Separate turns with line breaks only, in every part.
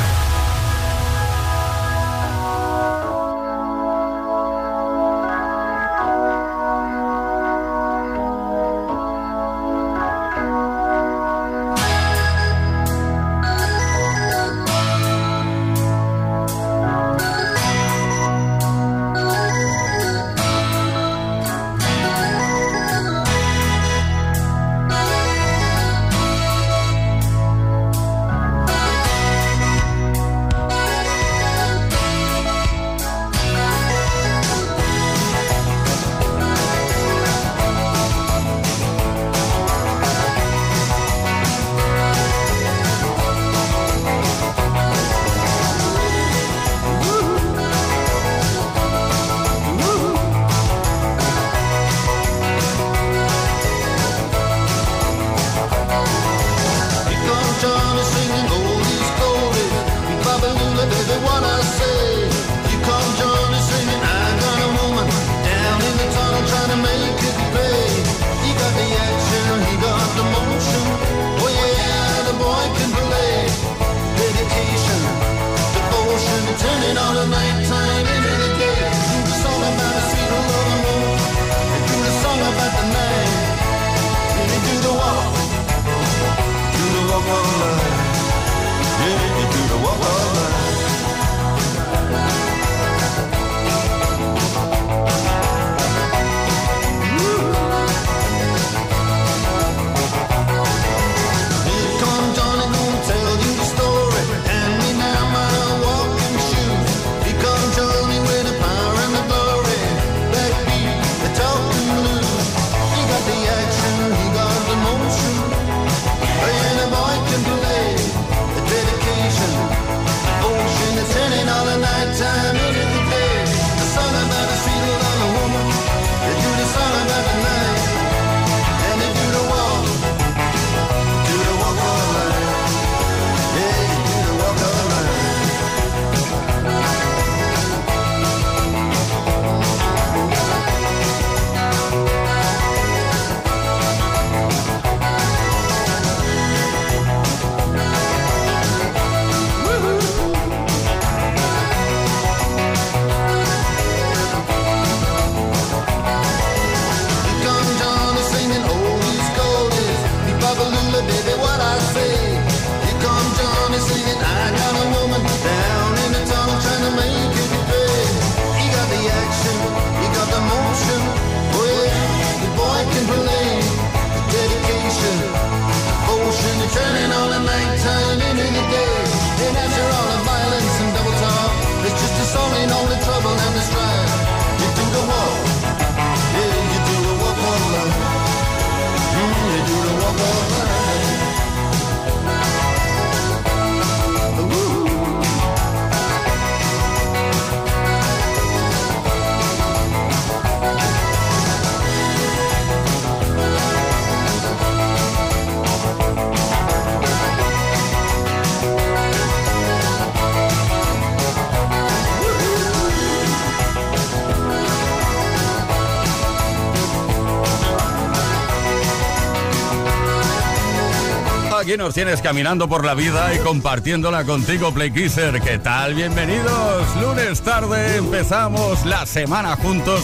aquí nos tienes caminando por la vida y compartiéndola contigo, Play Kisser. ¿Qué tal? Bienvenidos. Lunes tarde empezamos la semana juntos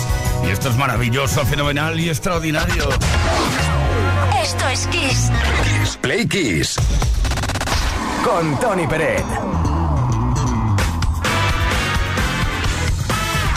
y esto es maravilloso, fenomenal y extraordinario.
Esto es Kiss.
Kiss Play Kiss con Tony Pérez.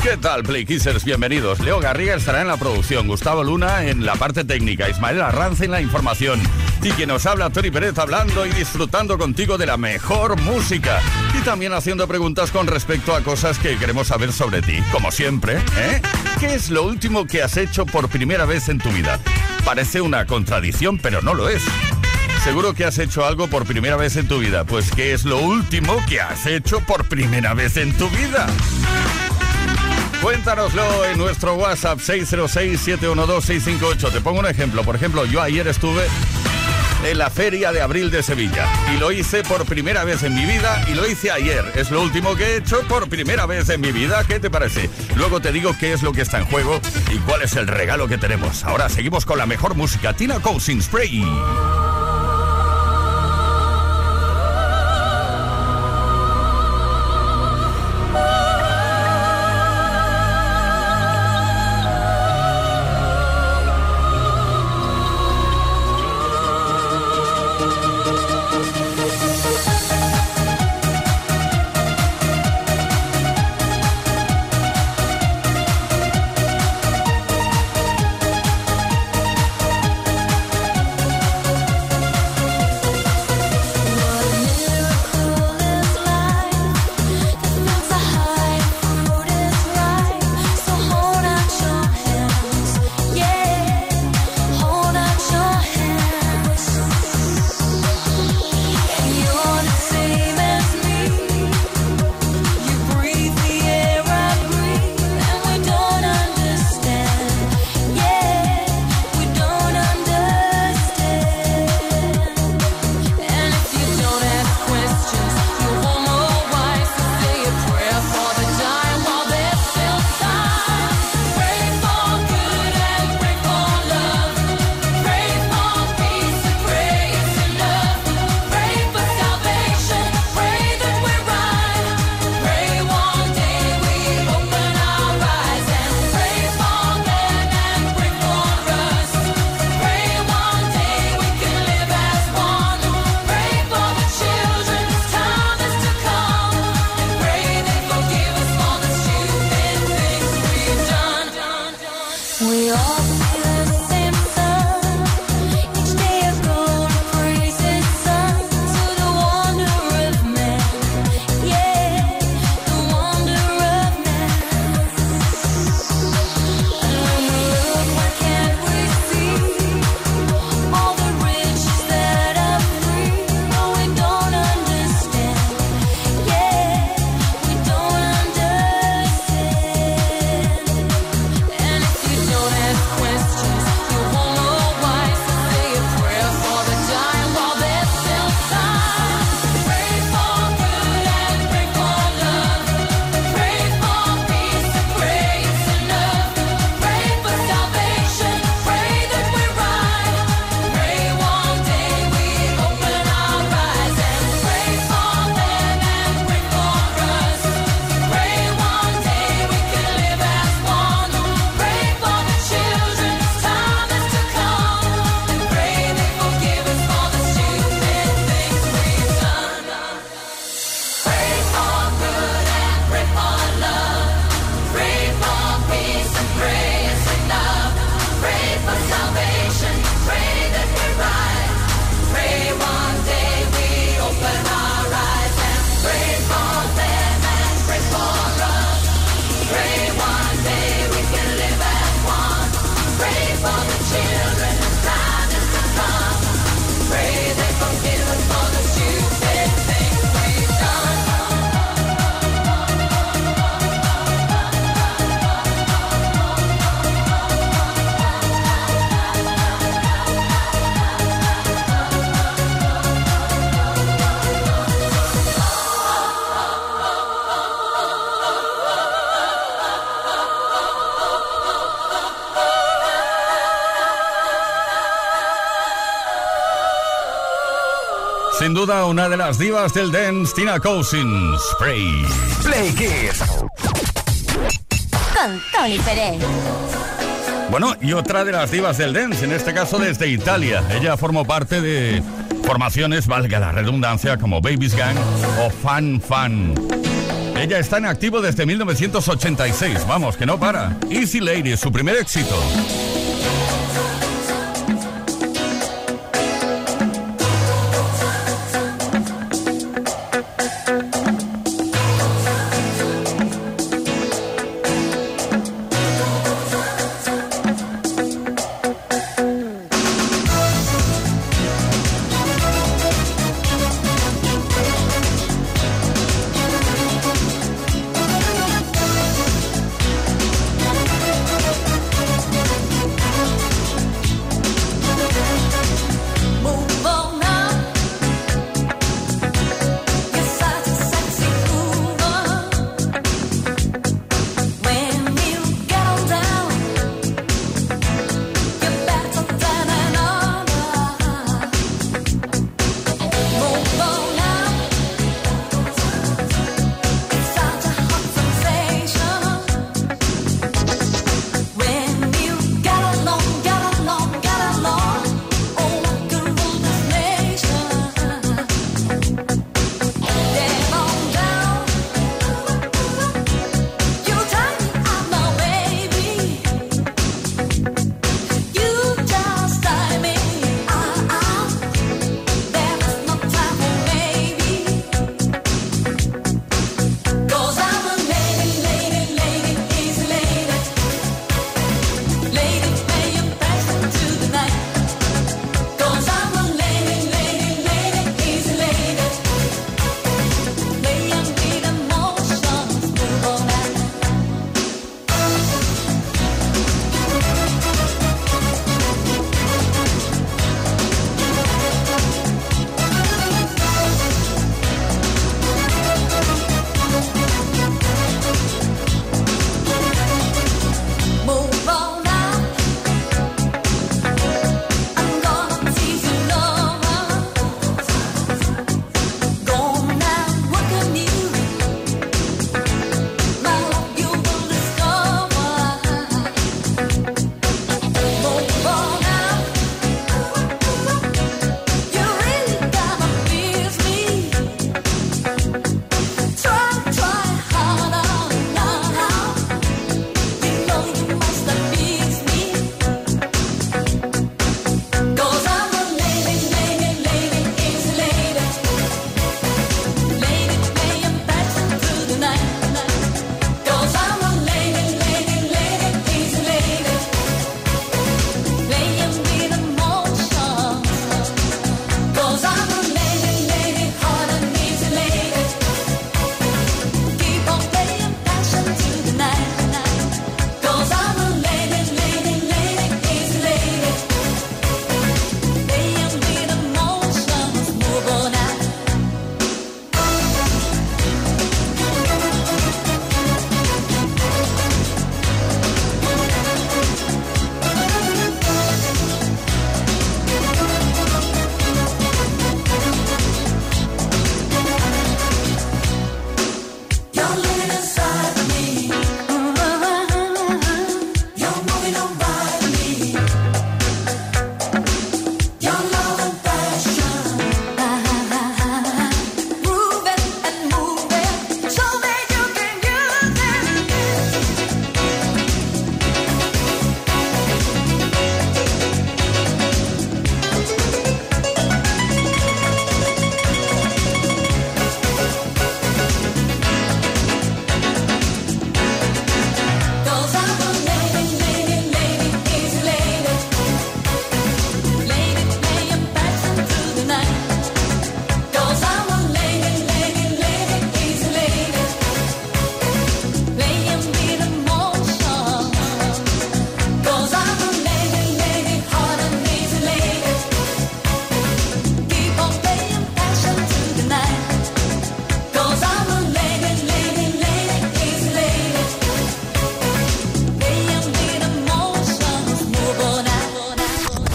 ¿Qué tal, Playkissers? Bienvenidos. Leo Garriga estará en la producción, Gustavo Luna en la parte técnica, Ismael Arranz en la información y que nos habla Tony Pérez hablando y disfrutando contigo de la mejor música y también haciendo preguntas con respecto a cosas que queremos saber sobre ti, como siempre, ¿eh? ¿Qué es lo último que has hecho por primera vez en tu vida? Parece una contradicción, pero no lo es. Seguro que has hecho algo por primera vez en tu vida. Pues ¿qué es lo último que has hecho por primera vez en tu vida? Cuéntanoslo en nuestro WhatsApp 606-712-658. Te pongo un ejemplo. Por ejemplo, yo ayer estuve
en la Feria de Abril de Sevilla. Y lo hice por primera vez en mi vida y lo hice ayer. Es lo último que he hecho por primera vez en mi vida. ¿Qué te parece? Luego te digo qué es lo que está en juego y cuál es el regalo que tenemos. Ahora seguimos con la mejor música. Tina Cousin Spray. Sin duda, una de las divas del dance, Tina Cousin, Spray.
Play Kiss.
Con Tony Pérez.
Bueno, y otra de las divas del dance, en este caso desde Italia. Ella formó parte de formaciones, valga la redundancia, como Babies Gang o Fan Fan. Ella está en activo desde 1986, vamos, que no para. Easy Lady, su primer éxito.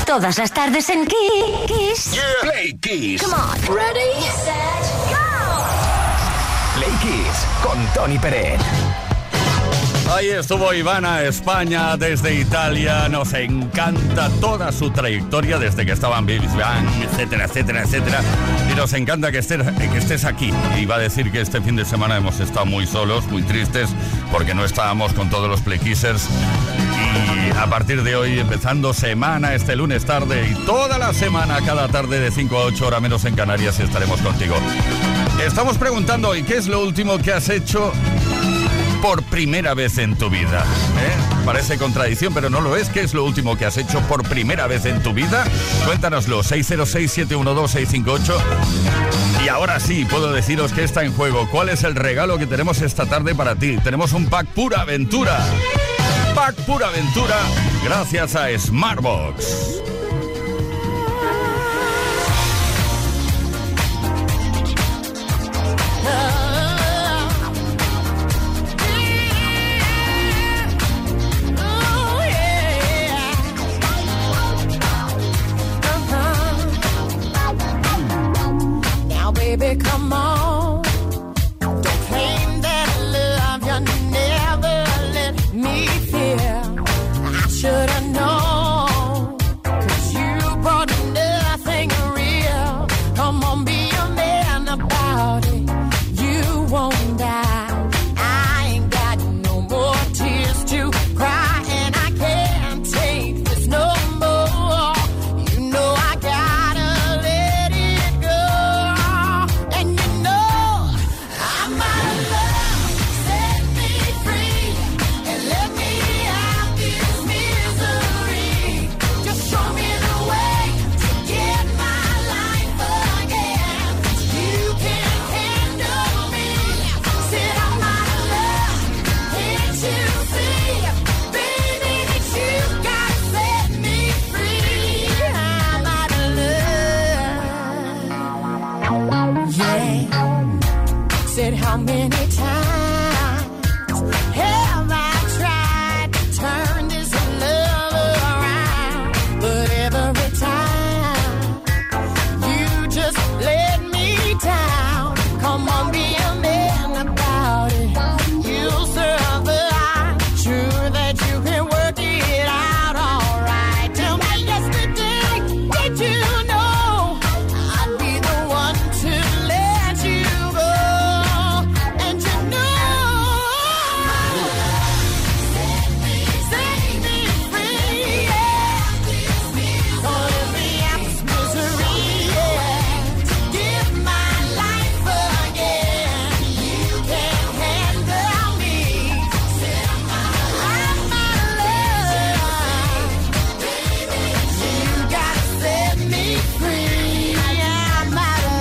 Todas las tardes en Ki- Kiss.
Play Kiss.
Come on. Ready, set, go.
Play Kiss con Tony Pérez.
Ahí estuvo Ivana, España, desde Italia. Nos encanta toda su trayectoria desde que estaban Babies Bang, etcétera, etcétera, etcétera. Y nos encanta que estés, que estés aquí. Iba a decir que este fin de semana hemos estado muy solos, muy tristes, porque no estábamos con todos los plequisers. Y a partir de hoy, empezando semana, este lunes tarde y toda la semana, cada tarde de 5 a 8 horas menos en Canarias, estaremos contigo. Estamos preguntando hoy qué es lo último que has hecho por primera vez en tu vida. ¿eh? Parece contradicción, pero no lo es. ¿Qué es lo último que has hecho por primera vez en tu vida? Cuéntanoslo, 606-712-658. Y ahora sí, puedo deciros que está en juego. ¿Cuál es el regalo que tenemos esta tarde para ti? Tenemos un pack pura aventura. Pack pura aventura gracias a Smartbox.
Now, baby, come on. Don't claim that I love you. Never let me feel. I should have known. Cause you brought nothing real. Come on, be a man about it. You won't die. I ain't got no more tears to cry. And I can't take this no more. You know I gotta let it go. And you know I'm out of love. Set me free and let me out this misery. Just show me the way to get my life again. You can handle me. Said I'm out of love. Can't you see, baby, that you gotta set me free? I'm out of love. Yeah said how many times have I tried to turn this love around, but every time you just let me down. Come on, be a man about it. You'll survive. Sure that you can work it out alright. Tell me yesterday, did you know I'd be the one to let you go? And you know. Set me free, yeah. Gonna be out this misery, yeah. Give my life again. You can handle me. I'm out of love. You gotta set me free. I'm out of-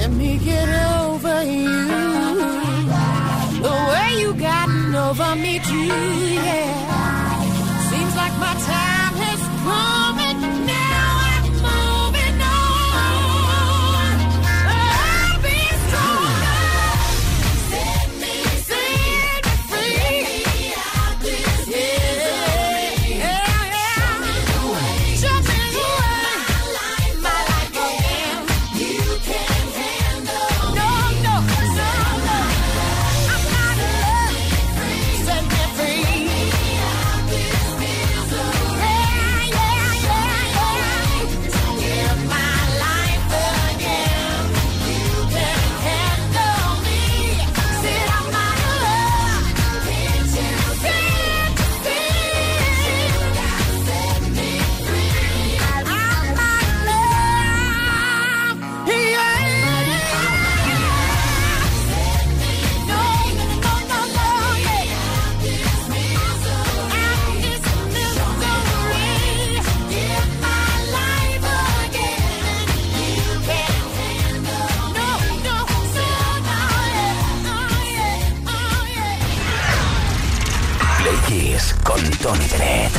Let me get over you the way you gotten over me too, yeah. Seems like my time has come and now I'm moving on. I'll be stronger. Set me, set me free. Yeah, yeah. Show me the way. My life again. No, no, no, no. I'm out of love. Set me free. Yeah, yeah, yeah, yeah. Give my life again. You can handle me. Said I'm out of love. Can't you Set me free. I'm out of love. Yeah. No, no, no, no, yeah. I'm just misery. Give my life again. You can't handle No, no, no, oh yeah, oh yeah.
Play Kiss con Tony Pérez.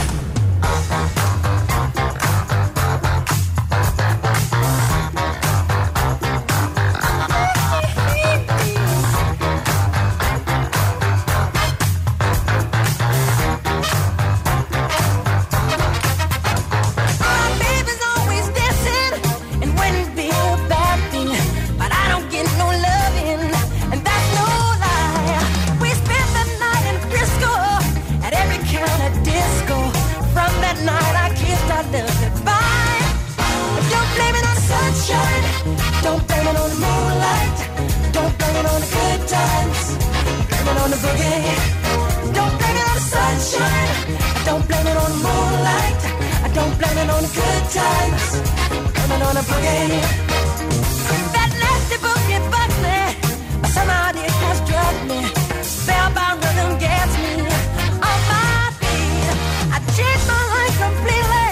Planning on good times. Coming on a boogie. That nasty boogie bugs me. But somehow it has drugged me. Spellbound rhythm gets me. On my feet. I changed my life completely.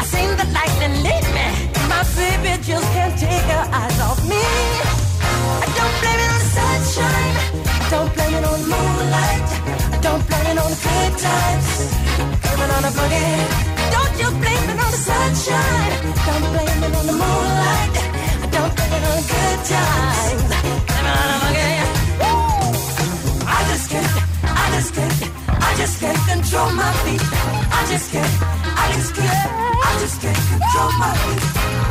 I seen the lightning lead me. My baby just can't take her eyes off me. I don't blame it on the sunshine. I don't blame it on the moonlight. I don't blame it on the good times. Blaming on a boogie. Don't you blame it on the sunshine. Don't blame it on the moonlight. I don't blame it on the good times. Blaming on a boogie. Woo! I just can't. I just can't. I just can't control my feet. I just can't. I just can't. I just can't control my feet.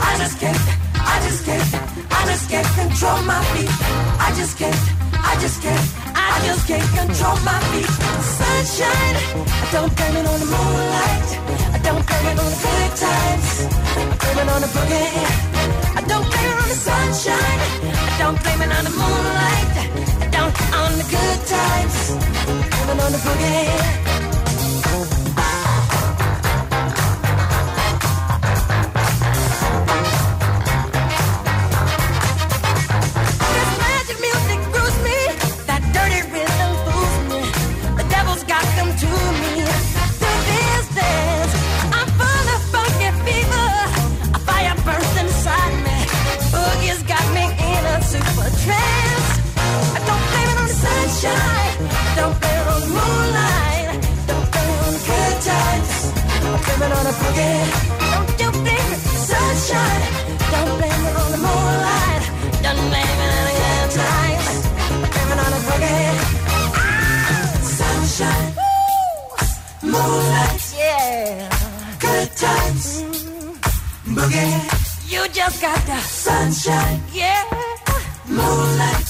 I just can't. I just can't. I just can't control my feet. I just can't. I just can't. I just can't control my feet. Sunshine. I don't blame it on the moonlight. I don't blame it on the good times. I blame it on the boogie. I don't blame it on the sunshine. I don't blame it on the moonlight. I don't on the good times. Blame it on the boogie. This magic music grooves me. That dirty rhythm fools me. The devil's got them to me. To this dance, I'm full of funky fever. A fire burns inside me. Boogie's got me in a super trance. I don't blame it on the sunshine. I don't blame it on the moonlight. I Don't blame it on the good times. I'm blaming on a boogie. Don't you blame it, sunshine. Don't blame it on the moonlight. Don't blame it on the good times. I'm blaming on a boogie. Ah, sunshine. Woo! Moonlight. Yeah. Good times. Boogie. You just got the sunshine. Yeah. Moonlight.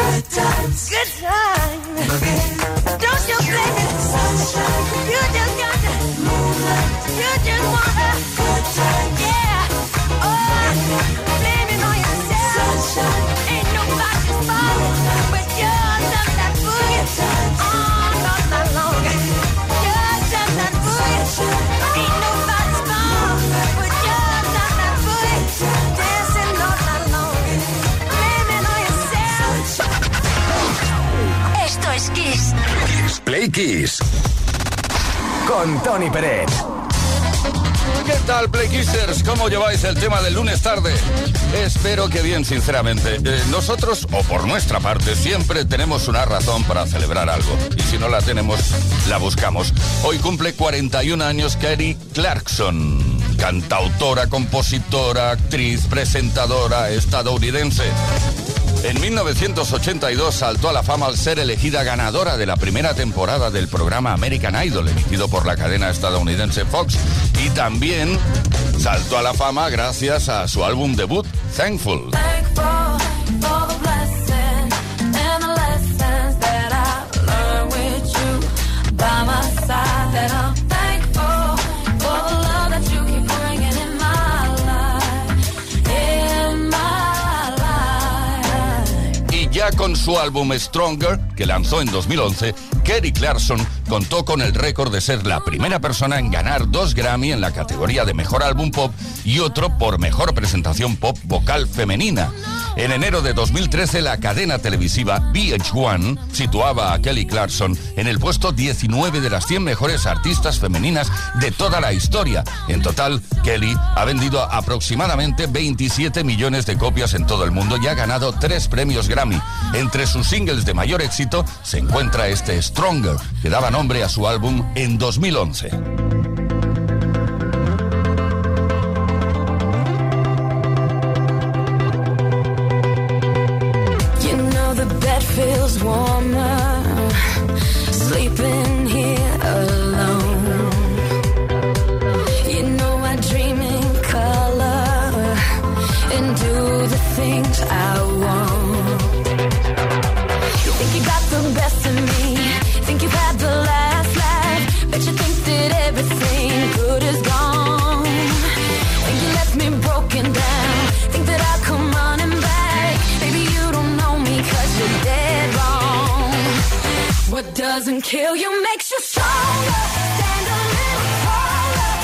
Good times. Good times. Don't you blame it. Sunshine. You just got the moonlight. You just wanna. Good times. Yeah. Oh, blame it on yourself. Sunshine. Ain't nobody's fault. But you're just that boogie. All of my long. You're just that boogie. Ain't nobody's fault. But you're just that boogie. Dancing all night long. Blame it on yourself.
Esto es Kiss.
Play Kiss. Con Tony Pérez.
¿Qué tal, Playkissers? ¿Cómo lleváis el tema del lunes tarde? Espero que bien, sinceramente. Eh, nosotros, o por nuestra parte, siempre tenemos una razón para celebrar algo. Y si no la tenemos, la buscamos. Hoy cumple 41 años Kerry Clarkson. Cantautora, compositora, actriz, presentadora estadounidense. En 1982 saltó a la fama al ser elegida ganadora de la primera temporada del programa American Idol, emitido por la cadena estadounidense Fox, y también saltó a la fama gracias a su álbum debut, Thankful.
Thankful for the blessings and the lessons that I learned with you by my side. That I'm thankful for the love that you keep bringing in my life, in my life.
Y ya con su álbum Stronger, que lanzó en 2011, Kerry Clarkson contó con el récord de ser la primera persona en ganar dos Grammy en la categoría de Mejor Álbum Pop y otro por Mejor Presentación Pop Vocal Femenina. En enero de 2013, la cadena televisiva VH1 situaba a Kelly Clarkson en el puesto 19 de las 100 mejores artistas femeninas de toda la historia. En total, Kelly ha vendido aproximadamente 27 millones de copias en todo el mundo y ha ganado tres premios Grammy. Entre sus singles de mayor éxito se encuentra este Stronger, que daba nombre a su álbum en 2011.
You know the bed feels warmer sleeping here alone. You know I dream in color and do the things I want. You think you got the best of me? Think you've had the last laugh? Bet you think that everything good is gone. Think you left me broken down. Think that I'll come running back. Maybe you don't know me 'cause you're dead wrong. What doesn't kill you makes you stronger. Stand a little taller.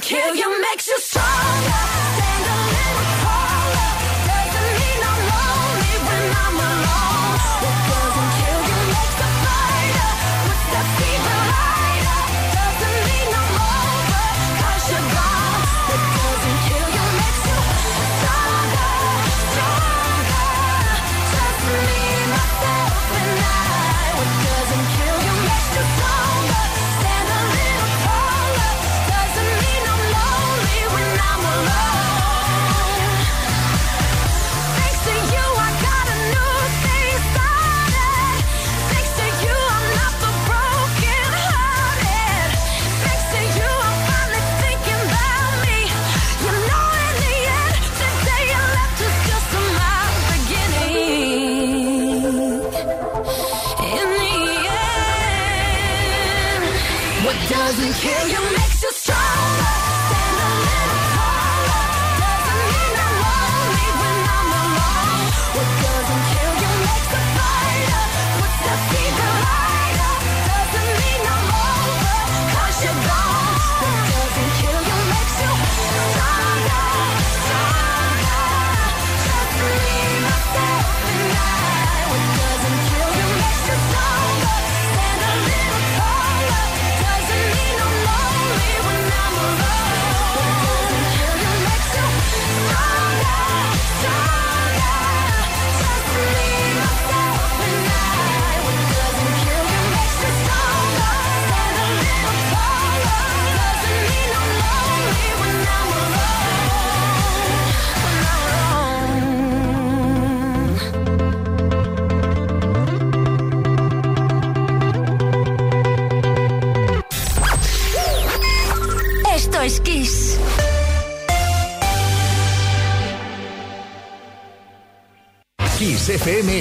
kill you makes you stronger. Stand a little taller. Doesn't mean I'm lonely when I'm alone. What doesn't kill you makes a fighter. With that fever lighter. Doesn't mean I'm over. Cause you're gone. What doesn't kill you makes you stronger. Stronger. Just me, myself, and I. What doesn't kill you makes you stronger. Stand a little taller. Doesn't mean I'm lonely when I'm alone. Thanks to you, I got a new thing started. Thanks to you, I'm not the broken hearted. Thanks to you, I'm finally thinking about me. You know, in the end, the day you left is just my beginning. In the end, what doesn't kill you makes you stronger. Stand a little taller. Doesn't mean I'm lonely when I'm alone. What doesn't kill you makes a fighter. What's the fever lighter? Doesn't mean I'm over. Cause you're gone. What doesn't kill you makes you stronger. Stronger. Just me, myself, and I. What doesn't kill you makes you stronger. Stand a little taller. Doesn't mean I'm lonely when I'm alone. What doesn't kill you makes you stronger. Stronger. Just me, myself, and I. What doesn't kill you makes you stronger. Stand a little taller. Doesn't mean I'm lonely when I'm alone. When I'm alone.
Esto es Kiss.
Kiss FM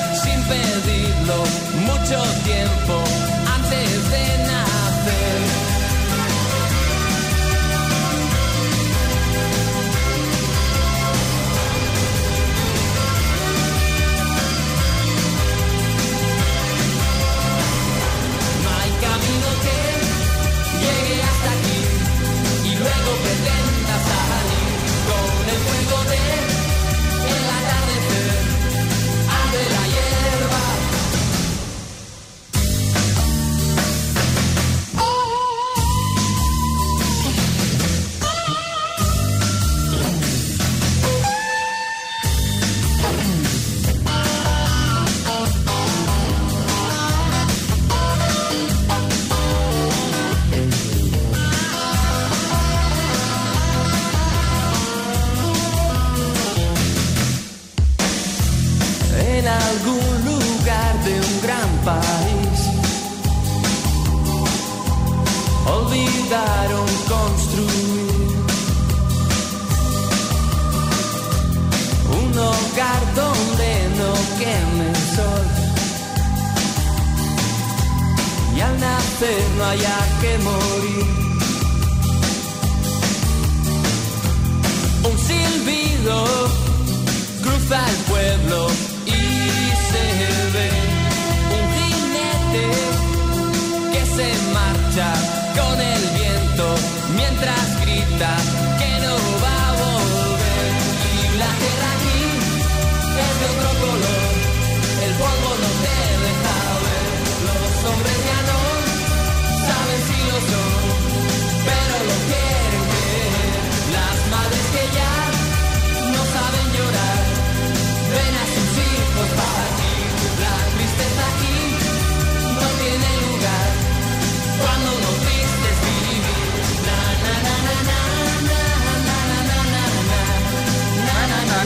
sin pedirlo mucho tiempo antes de nacer. No hay camino que llegue hasta aquí y luego pretenda salir con el fuego de el atardecer, arde la hierba. en algún lugar de un gran país. Olvidaron construir un hogar donde no queme el sol. Y al nacer no haya que morir. Un silbido cruza el pueblo y se ve un jinete que se marcha con el viento mientras grita que no va a volver y la tierra aquí es de otro color el polvo no te deja ver los hombres ya no saben si lo son pero lo quieren ver las madres que ya no saben llorar Ven a sus hijos para ti, la tristeza aquí no tiene lugar. Cuando no vistes vivir, na na na na na na na na na na na na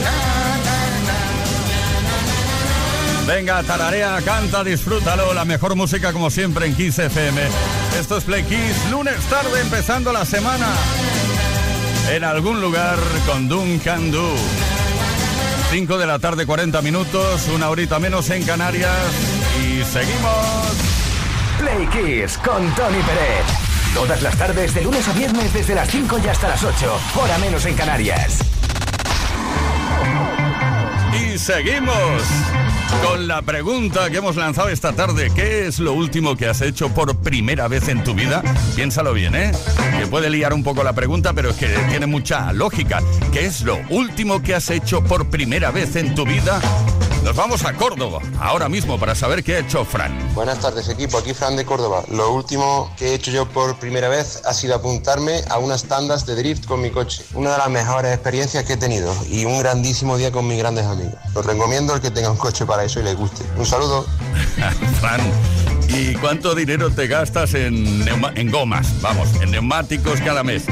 na na na.
Venga, tararea, canta, disfrútalo. La mejor música, como siempre, en Kiss FM. Esto es Play Kiss, lunes tarde, empezando la semana. En algún lugar con Doom Can Do. 5 de la tarde, 40 minutos, una horita menos en Canarias. Y seguimos.
Play Kiss con Tony Pérez. Todas las tardes, de lunes a viernes, desde las 5 y hasta las 8. Hora menos en Canarias.
Y seguimos con la pregunta que hemos lanzado esta tarde. ¿Qué es lo último que has hecho por primera vez en tu vida? Piénsalo bien, ¿eh? Que puede liar un poco la pregunta, pero es que tiene mucha lógica. ¿Qué es lo último que has hecho por primera vez en tu vida? Nos vamos a Córdoba ahora mismo para saber qué ha hecho Fran.
Buenas tardes equipo, aquí Fran de Córdoba. Lo último que he hecho yo por primera vez ha sido apuntarme a unas tandas de drift con mi coche. Una de las mejores experiencias que he tenido y un grandísimo día con mis grandes amigos. Os recomiendo el que tenga un coche para eso y le guste. Un saludo.
Fran, ¿Y cuánto dinero te gastas en, neuma- en gomas? Vamos, en neumáticos cada mes.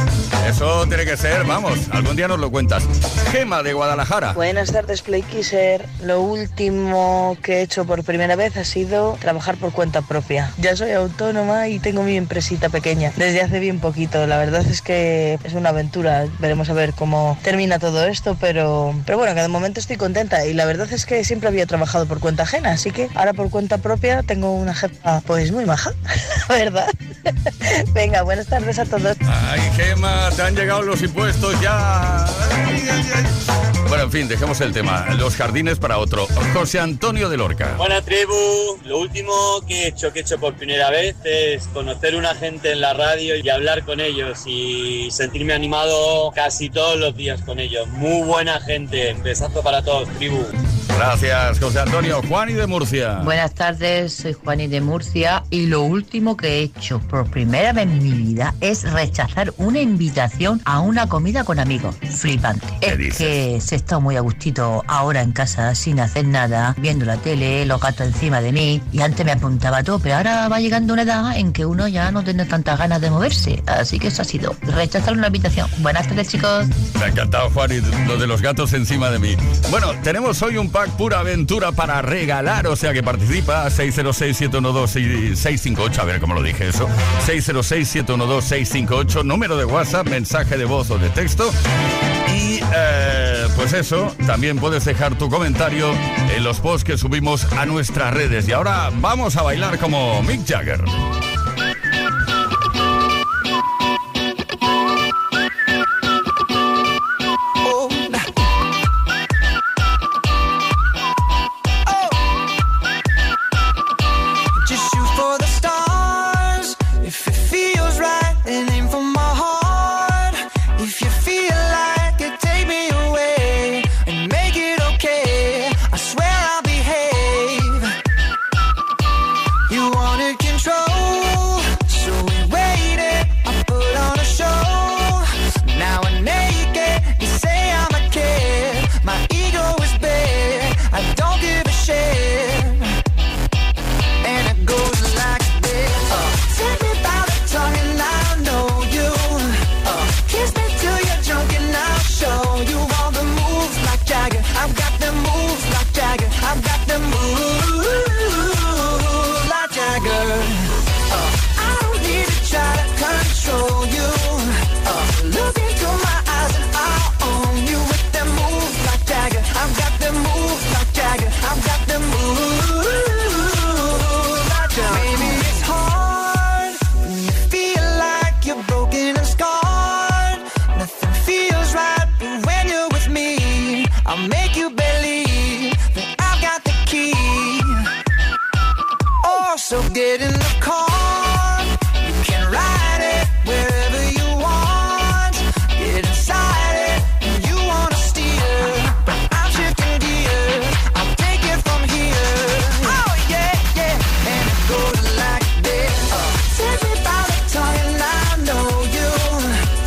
Eso tiene que ser, vamos, algún día nos lo cuentas. Gema de Guadalajara.
Buenas tardes, Play Kisser. Lo último que he hecho por primera vez ha sido trabajar por cuenta propia. Ya soy autónoma y tengo mi empresita pequeña desde hace bien poquito. La verdad es que es una aventura. Veremos a ver cómo termina todo esto, pero, pero bueno, que de momento estoy contenta. Y la verdad es que siempre había trabajado por cuenta ajena, así que ahora por cuenta propia tengo una jefa, pues muy maja, la ¿verdad? Venga, buenas tardes a todos.
Ay, Gema, te han llegado los impuestos ya. Ay, ay, ay. Bueno, en fin, dejemos el tema. Los jardines para otro. José Antonio de Lorca.
Buena tribu, lo último que he hecho, que he hecho por primera vez es conocer una gente en la radio y hablar con ellos y sentirme animado casi todos los días con ellos. Muy buena gente, besazo para todos, tribu.
Gracias, José Antonio. Juan y de Murcia.
Buenas tardes, soy Juani de Murcia y lo último que he hecho por primera vez en mi vida es rechazar una invitación a una comida con amigos. Flipante. Es que se está muy a gustito ahora en casa sin hacer nada, viendo la tele, los gatos encima de mí y antes me apuntaba todo, pero ahora va llegando una edad en que uno ya no tiene tantas ganas de moverse. Así que eso ha sido rechazar una invitación. Buenas tardes chicos.
Me ha encantado, Juan, y lo de los gatos encima de mí. Bueno, tenemos hoy un pack pura aventura para regalar, o sea que participa 606-712-658, a ver cómo lo dije eso. 606-712-658, número de WhatsApp, mensaje de voz o de texto. Y eh, pues eso, también puedes dejar tu comentario en los posts que subimos a nuestras redes. Y ahora vamos a bailar como Mick Jagger.
Oh. Just shoot for the stars if it feels right, and aim for my heart. If you feel like it, take me away and make it okay. I swear I'll behave. You wanted control, so we waited. I put on a show. Now I'm naked. You say I'm a kid. My ego is big. I don't give a shit. And it goes like this. Take me by the tongue and I'll know you. Uh, kiss me till you're drunk and I'll show you all the moves like Jagger. I've got the moves like Jagger. I've got the moves like Jagger. Uh, I don't need to try to control you. Uh, look into my eyes and I'll own you with the moves like Jagger. I've got the moves like Jagger. I've got the moves like Jagger. Maybe it's hard when you feel like you're broken and scarred. Nothing feels right, but when you're with me, I'll make you believe that I've got the key. Oh, so get in the car. You can ride it wherever you want. Get inside it when you wanna steer. I'm shifting gears. I'll take it from here. Oh yeah, yeah, and it goes like this. Uh, take me by the tongue and I know you.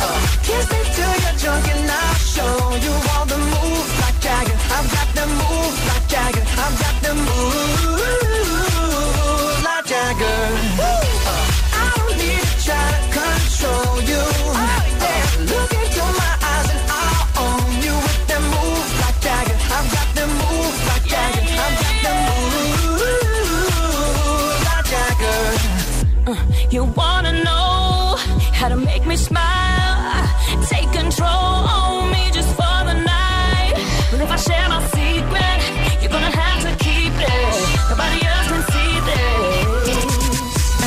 Uh, kiss me till you're drunk and I'll show you all the moves like Jagger. I've got the moves like Jagger. I've got the moves like Jagger. Uh, I don't need to try to control you. Uh, look into my eyes and I'll own you with the moves like Jagger. I've got the moves like Jagger. I've got the moves like Jagger. You wanna know how to make me smile? Take control on me just for the night. Well, if I share my secret, you're gonna have to keep it. Nobody else can see this. Uh,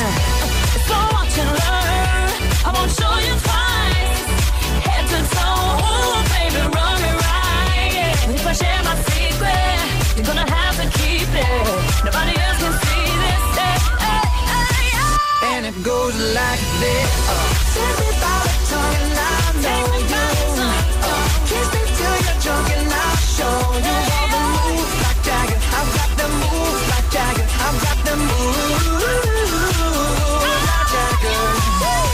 So watch and learn. I won't show you twice. Head to toe, ooh, baby, run it right. And if I share my secret, you're gonna have to keep it. Nobody else can see this. Hey, hey, hey, hey and it goes like this. Uh, take me by the tongue and I know you. Uh, kiss me till you're drunk and I'll show you all the moves like Jagger. I've got the moves like Jagger. I've got the moves like Jagger. Uh,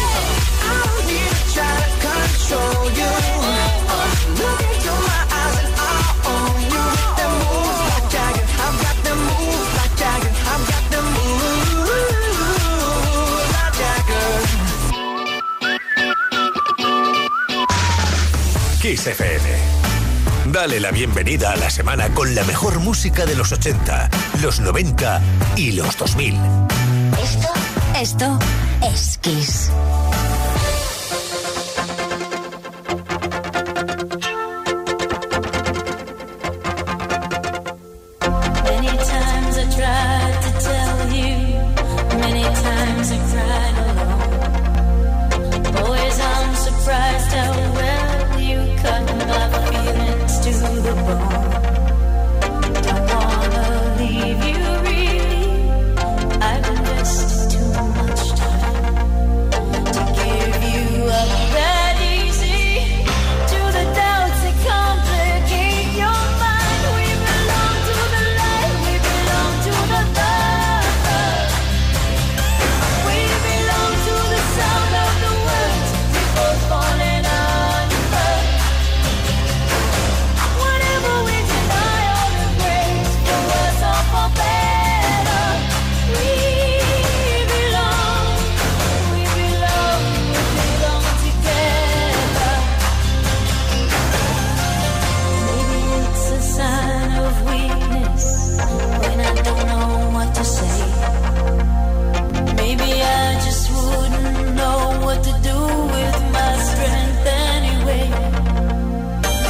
I don't need to try to control you. Uh, look into my eyes and I'll own you with the moves like Jagger. I've got the moves like Jagger. I've got the moves.
Kiss FM. Dale la bienvenida a la semana con la mejor música de los 80, los 90 y los 2000.
Esto, esto es Kiss.
Many times I tried to tell you, many times I cried alone. Always I'm surprised how well you cut my feelings to the bone. Don't wanna leave you really. I've invested too much time to give you up that easy. To the doubts that complicate your mind, we belong to the light. We belong to the love. We belong to the sound of the words we both falling under. Whatever we deny or embrace, for worse or for better, we belong. We belong. We belong together. Maybe it's a sign of weakness when I don't know what to say. Maybe I just wouldn't know what to do with my strength anyway.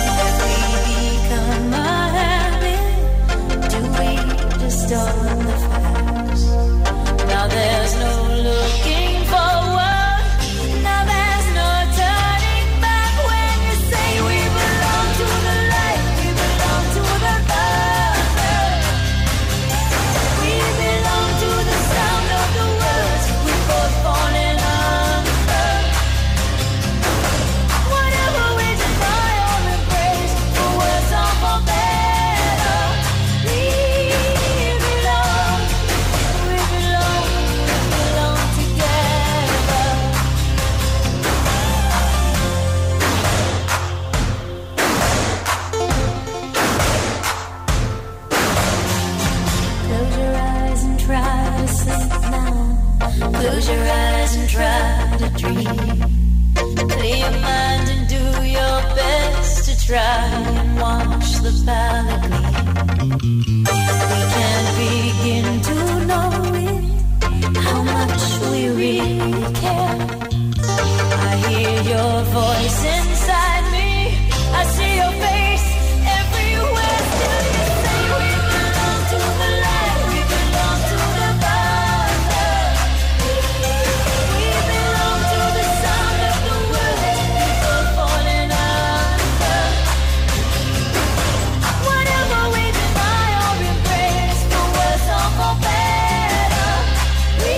Have we become a habit? Do we just own the facts? Now there's no looking forward. Now there's no turning back when you say we belong to the light. We belong to the thunder. We belong to the sound of the words we both falling under. Whatever we deny or embrace, for worse or for better, we belong. We belong. We belong together. Close your eyes and try to sleep now. Close your eyes and try to dream. Clear your mind and do your best to try and watch the valley gleam. We can't begin to know it, how much we really care. I hear your voice inside me. I see your face everywhere. Still you say we belong to the light. We belong to the thunder. We belong to the sound of the words we both falling under. Whatever we deny or embrace, for worse or for better, we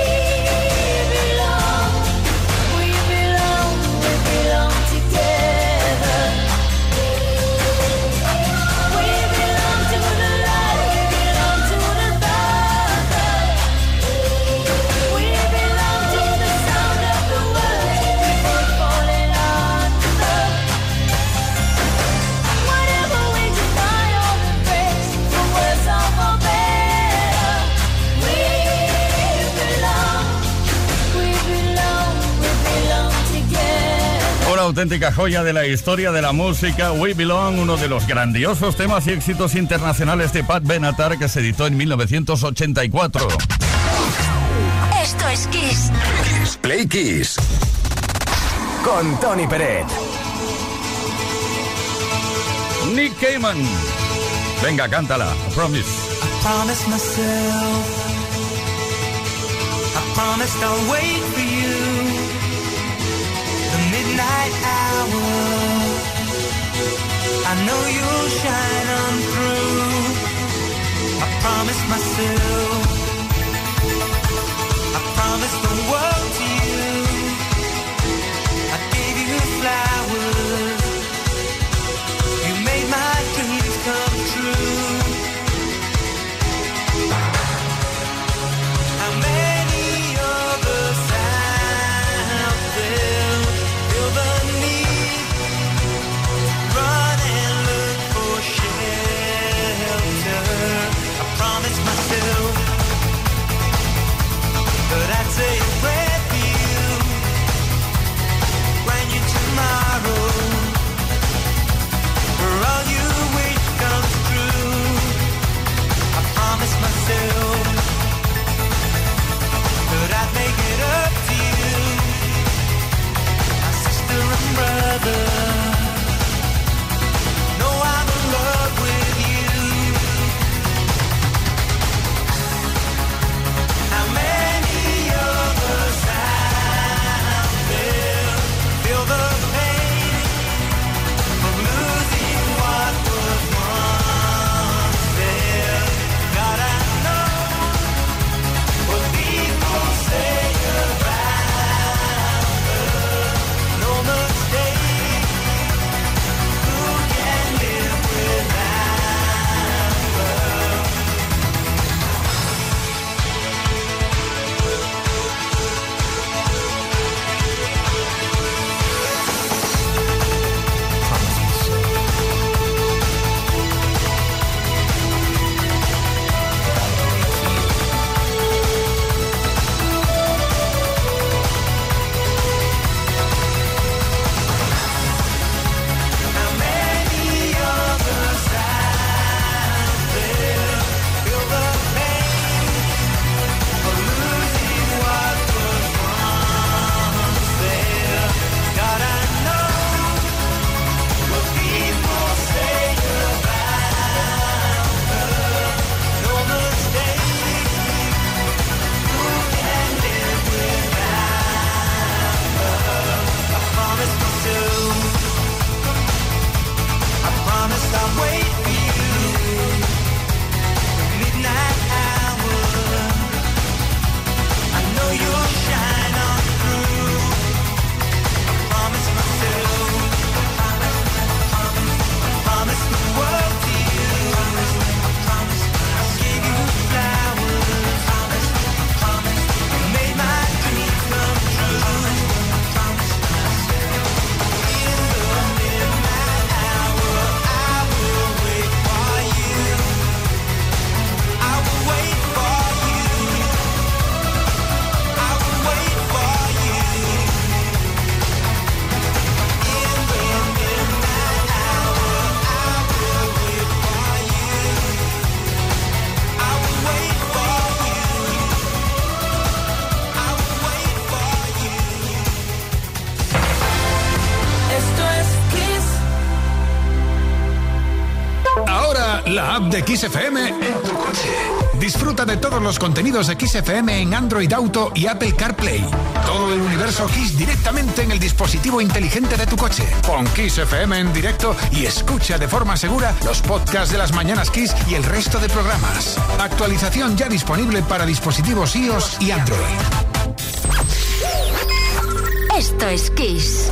belong. We belong. We belong together. We belong to the light. We belong to the thunder. We belong to the sound of the words we both falling under. Whatever we deny or embrace, for worse or for better, we belong. We belong. We belong together.
Una auténtica joya de la historia de la música, We Belong, uno de los grandiosos temas y éxitos internacionales de Pat Benatar que se editó en 1984.
Esto es Kiss.
Play Kiss. Con Tony Pérez.
Nick Cayman. Venga, cántala. I promise.
promised myself I promised I'll wait for you The midnight hour I know you'll shine on through I promised myself I promised the world to you I gave you flowers You made my dreams come true How many others out there feel the need? Run and look for shelter. I promised myself that I'd take breath
la app de XFM en tu coche. Disfruta de todos los contenidos de XFM en Android Auto y Apple CarPlay. Todo el universo Kiss directamente en el dispositivo inteligente de tu coche. Pon Kiss FM en directo y escucha de forma segura los podcasts de las mañanas Kiss y el resto de programas. Actualización ya disponible para dispositivos iOS y Android.
Esto es Kiss.